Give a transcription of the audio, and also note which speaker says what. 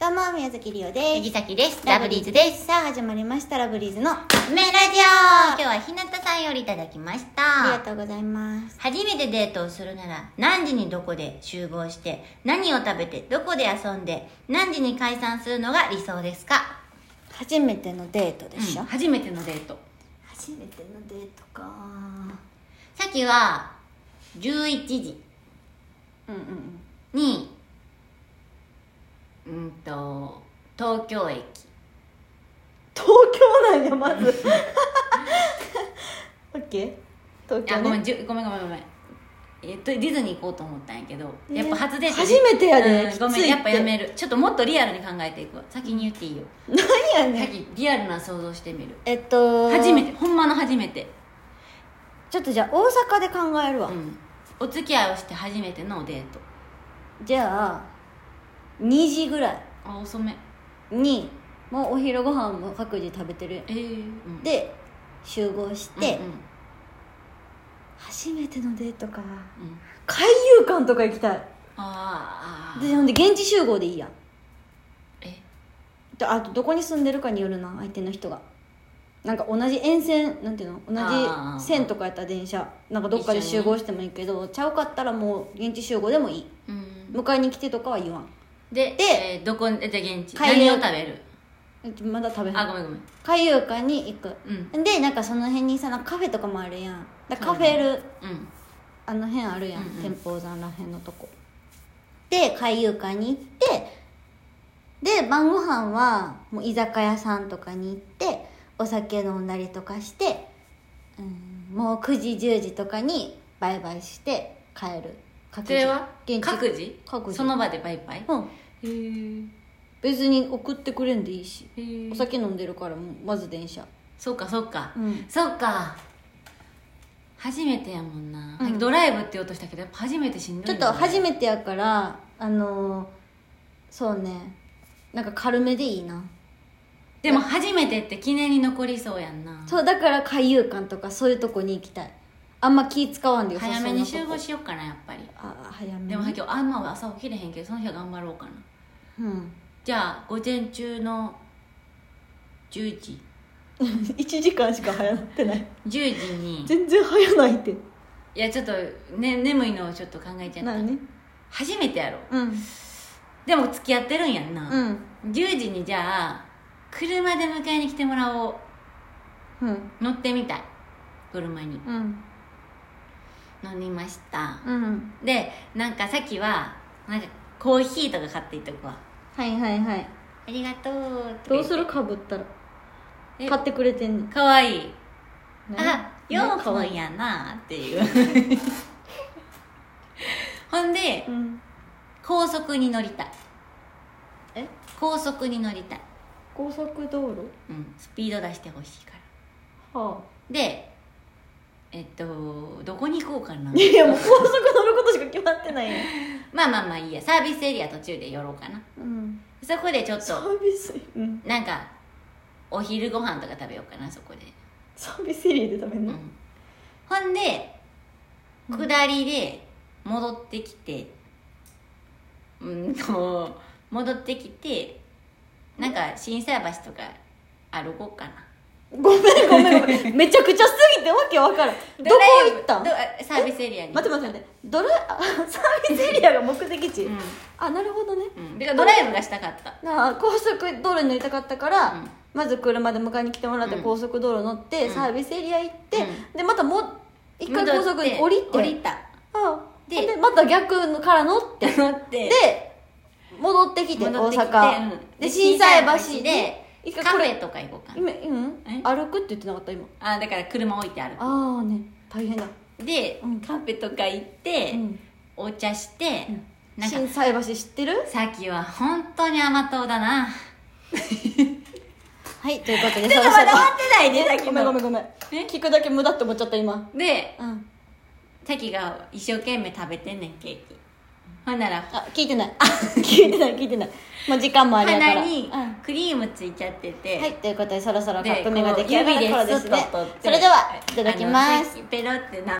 Speaker 1: どうも宮崎りおで
Speaker 2: 杉
Speaker 1: す
Speaker 2: 崎です。ラブリーズです。
Speaker 1: さあ始まりましたラブリーズのあ
Speaker 2: メラジオ今日は日向さんよりいただきまし
Speaker 1: りが
Speaker 2: た。
Speaker 1: とうございます
Speaker 2: 初めてデートをするなら何時にどこで集合して何を食べてどこで遊んで何時に解散するのが理想ですか、
Speaker 1: 初めてのデートでしょ、
Speaker 2: 初めてのデート
Speaker 1: 初めてのデートか
Speaker 2: さっきは11時
Speaker 1: うんうんうん
Speaker 2: にうんと東京駅
Speaker 1: 東京なんやま ずオッケー東京
Speaker 2: あごめ
Speaker 1: ね
Speaker 2: んじゅごめんごめんごめんえっと、ディズニー行こうと思ったんやけど、やっぱ初デート
Speaker 1: 初めてやで
Speaker 2: う
Speaker 1: きついって
Speaker 2: ん、ごめんやっぱやめるちょっともっとリアルに考えていくわ先に言っていいよ
Speaker 1: 何やねん
Speaker 2: 先リアルな想像してみる
Speaker 1: えっと
Speaker 2: 初めてほんまの初めて、
Speaker 1: ちょっとじゃあ大阪で考えるわ、
Speaker 2: うん、お付き合いをして初めてのデート
Speaker 1: じゃあ2時ぐらい
Speaker 2: あ遅め
Speaker 1: にもうお昼ご飯も各自食べてるやん
Speaker 2: ええうん、
Speaker 1: で集合して、
Speaker 2: うん
Speaker 1: 初めてのデートか
Speaker 2: うんうん
Speaker 1: 海遊館とか行きたい
Speaker 2: あーあー
Speaker 1: でほんで現地集合でいいやん
Speaker 2: え
Speaker 1: であとどこに住んでるかによるな相手の人がなんか同じ沿線なんていうの同
Speaker 2: あー
Speaker 1: じ線とかやったら電車なんかどっかで集合してもいいけど、ちゃうかったらもう現地集合でもいい
Speaker 2: うん
Speaker 1: 迎えに来てとかは言わん
Speaker 2: で
Speaker 1: で
Speaker 2: えーどこでじゃあ現地
Speaker 1: 帰り
Speaker 2: 何を食べる
Speaker 1: えっとまだ食べへん
Speaker 2: あごめんごめん
Speaker 1: 海遊館に行く
Speaker 2: うん
Speaker 1: でなんかその辺にさなんかカフェとかもあるやんだからカフ
Speaker 2: そう
Speaker 1: ェ
Speaker 2: や
Speaker 1: ル、
Speaker 2: うん
Speaker 1: あの辺あるやん、
Speaker 2: うんうん
Speaker 1: 天保山らへんのとこで海遊館に行ってで晩ご飯はもう居酒屋さんとかに行ってお酒飲んだりとかして、うん、もう9時10時とかにバイバイして帰る各
Speaker 2: それは
Speaker 1: 現地
Speaker 2: 各自
Speaker 1: 各自
Speaker 2: その場でバイバイ
Speaker 1: うん
Speaker 2: へえ
Speaker 1: 別に送ってくれんでいいし
Speaker 2: へ
Speaker 1: お
Speaker 2: え
Speaker 1: 酒飲んでるからもうまず電車
Speaker 2: そうかそうか、
Speaker 1: うん
Speaker 2: そうか初めてやもんな、
Speaker 1: うん
Speaker 2: ドライブって言おうとしたけどやっぱ初めてしん
Speaker 1: ち
Speaker 2: どい
Speaker 1: ょ
Speaker 2: よ
Speaker 1: っ
Speaker 2: ね
Speaker 1: と初めてやからあのーそうねなんか軽めでいいな
Speaker 2: でも初めてって記念に残りそうやんな
Speaker 1: そうだから海遊館とかそういうとこに行きたいあんま気使わんでよさ
Speaker 2: 早
Speaker 1: そうなとこ
Speaker 2: めに集合しよっかなやっぱり
Speaker 1: あ早めに
Speaker 2: でも今日あんま朝起きれへんけどその日は頑張ろうかな
Speaker 1: うん
Speaker 2: じゃあ午前中の10時
Speaker 1: 1時間しか早なってない
Speaker 2: 10時に
Speaker 1: 全然早ないって
Speaker 2: いやちょっと、ね、眠いのをちょっと考えちゃった
Speaker 1: 何
Speaker 2: 初めてやろ
Speaker 1: うん
Speaker 2: でも付き合ってるんやんな、
Speaker 1: うん
Speaker 2: 10時にじゃあ車で迎えに来てもらおう
Speaker 1: うん
Speaker 2: 乗ってみたい車に
Speaker 1: うん
Speaker 2: 飲みました
Speaker 1: うん
Speaker 2: でなんかさっきはなんかコーヒーとか買っていっとくわ
Speaker 1: はいはいはい
Speaker 2: ありがとうとか
Speaker 1: ど
Speaker 2: 言
Speaker 1: う
Speaker 2: って
Speaker 1: するかぶったら
Speaker 2: え
Speaker 1: 買ってくれてんねん
Speaker 2: かわいいあ
Speaker 1: ね
Speaker 2: 4
Speaker 1: ねかわい
Speaker 2: 本
Speaker 1: い
Speaker 2: やなっていうほんで
Speaker 1: うん
Speaker 2: 高速に乗りたい
Speaker 1: え
Speaker 2: 高速に乗りたい、
Speaker 1: 高速道路
Speaker 2: うん、スピード出してほしいから
Speaker 1: は
Speaker 2: でえっとどこに行こうか な
Speaker 1: あいやもう高速乗ることしか決まってないやん
Speaker 2: まあまあまあいいやサービスエリア途中で寄ろうかな
Speaker 1: うん
Speaker 2: そこでちょっ
Speaker 1: サ
Speaker 2: と
Speaker 1: ービスうん
Speaker 2: なんかお昼ご飯とか食べようかなそこで
Speaker 1: サービスエリアで食べんの
Speaker 2: うん、ほんで
Speaker 1: うん
Speaker 2: 下りで戻ってきてうんと戻ってきてなんか心斎橋とか歩こうかな
Speaker 1: ごめんごめんごめんめちゃくちゃすぎてわけわからんどこ行ったん待
Speaker 2: ドライブどサービスエリアに
Speaker 1: って待って待ってドラあサービスエリアが目的地、
Speaker 2: うん
Speaker 1: あなるほどね
Speaker 2: うん、だからドライブがしたかった
Speaker 1: なあ高速道路に乗りたかったから、
Speaker 2: うん
Speaker 1: まず車で迎えに来てもらって
Speaker 2: うん
Speaker 1: 高速道路乗って、
Speaker 2: うん
Speaker 1: サービスエリア行って、
Speaker 2: う
Speaker 1: でまたもう一回高速に降りて
Speaker 2: 戻っ降りた
Speaker 1: あ
Speaker 2: で
Speaker 1: ででまた逆のから乗って
Speaker 2: 乗って
Speaker 1: で戻ってきて
Speaker 2: 戻ってきて
Speaker 1: 大阪、
Speaker 2: うん
Speaker 1: で
Speaker 2: で
Speaker 1: 心斎橋
Speaker 2: 心斎橋
Speaker 1: で
Speaker 2: で
Speaker 1: 一
Speaker 2: カ
Speaker 1: 回こ
Speaker 2: フ
Speaker 1: れ
Speaker 2: ェとか行こうかな
Speaker 1: 今、うん
Speaker 2: え、
Speaker 1: 歩くって言ってなかった今
Speaker 2: あだから車置いて歩く
Speaker 1: ああね大変だ、
Speaker 2: で、
Speaker 1: うん
Speaker 2: カフェとか行って、
Speaker 1: うん
Speaker 2: お茶して、
Speaker 1: うん
Speaker 2: なんか
Speaker 1: 心斎橋知ってる
Speaker 2: さっきは本当に甘党だな
Speaker 1: はいということで
Speaker 2: ちょっとまだ終わってないねさっ
Speaker 1: ご
Speaker 2: き
Speaker 1: めんご
Speaker 2: の
Speaker 1: めんごめん
Speaker 2: え
Speaker 1: 聞くだけ無駄って思っちゃった今
Speaker 2: で
Speaker 1: うん
Speaker 2: さっきが一生懸命食べてんねんケーキほんなら
Speaker 1: あ聞いてないあ聞いてない聞いてないもう時間もあれやから
Speaker 2: 鼻に
Speaker 1: うん
Speaker 2: クリームついちゃってて、
Speaker 1: はいということでそろそろカ
Speaker 2: で
Speaker 1: ップ
Speaker 2: こう
Speaker 1: 麺が出来上がる頃です
Speaker 2: 指で
Speaker 1: ね
Speaker 2: スッと取って
Speaker 1: それではいただきま
Speaker 2: あの
Speaker 1: す
Speaker 2: さっきペロってな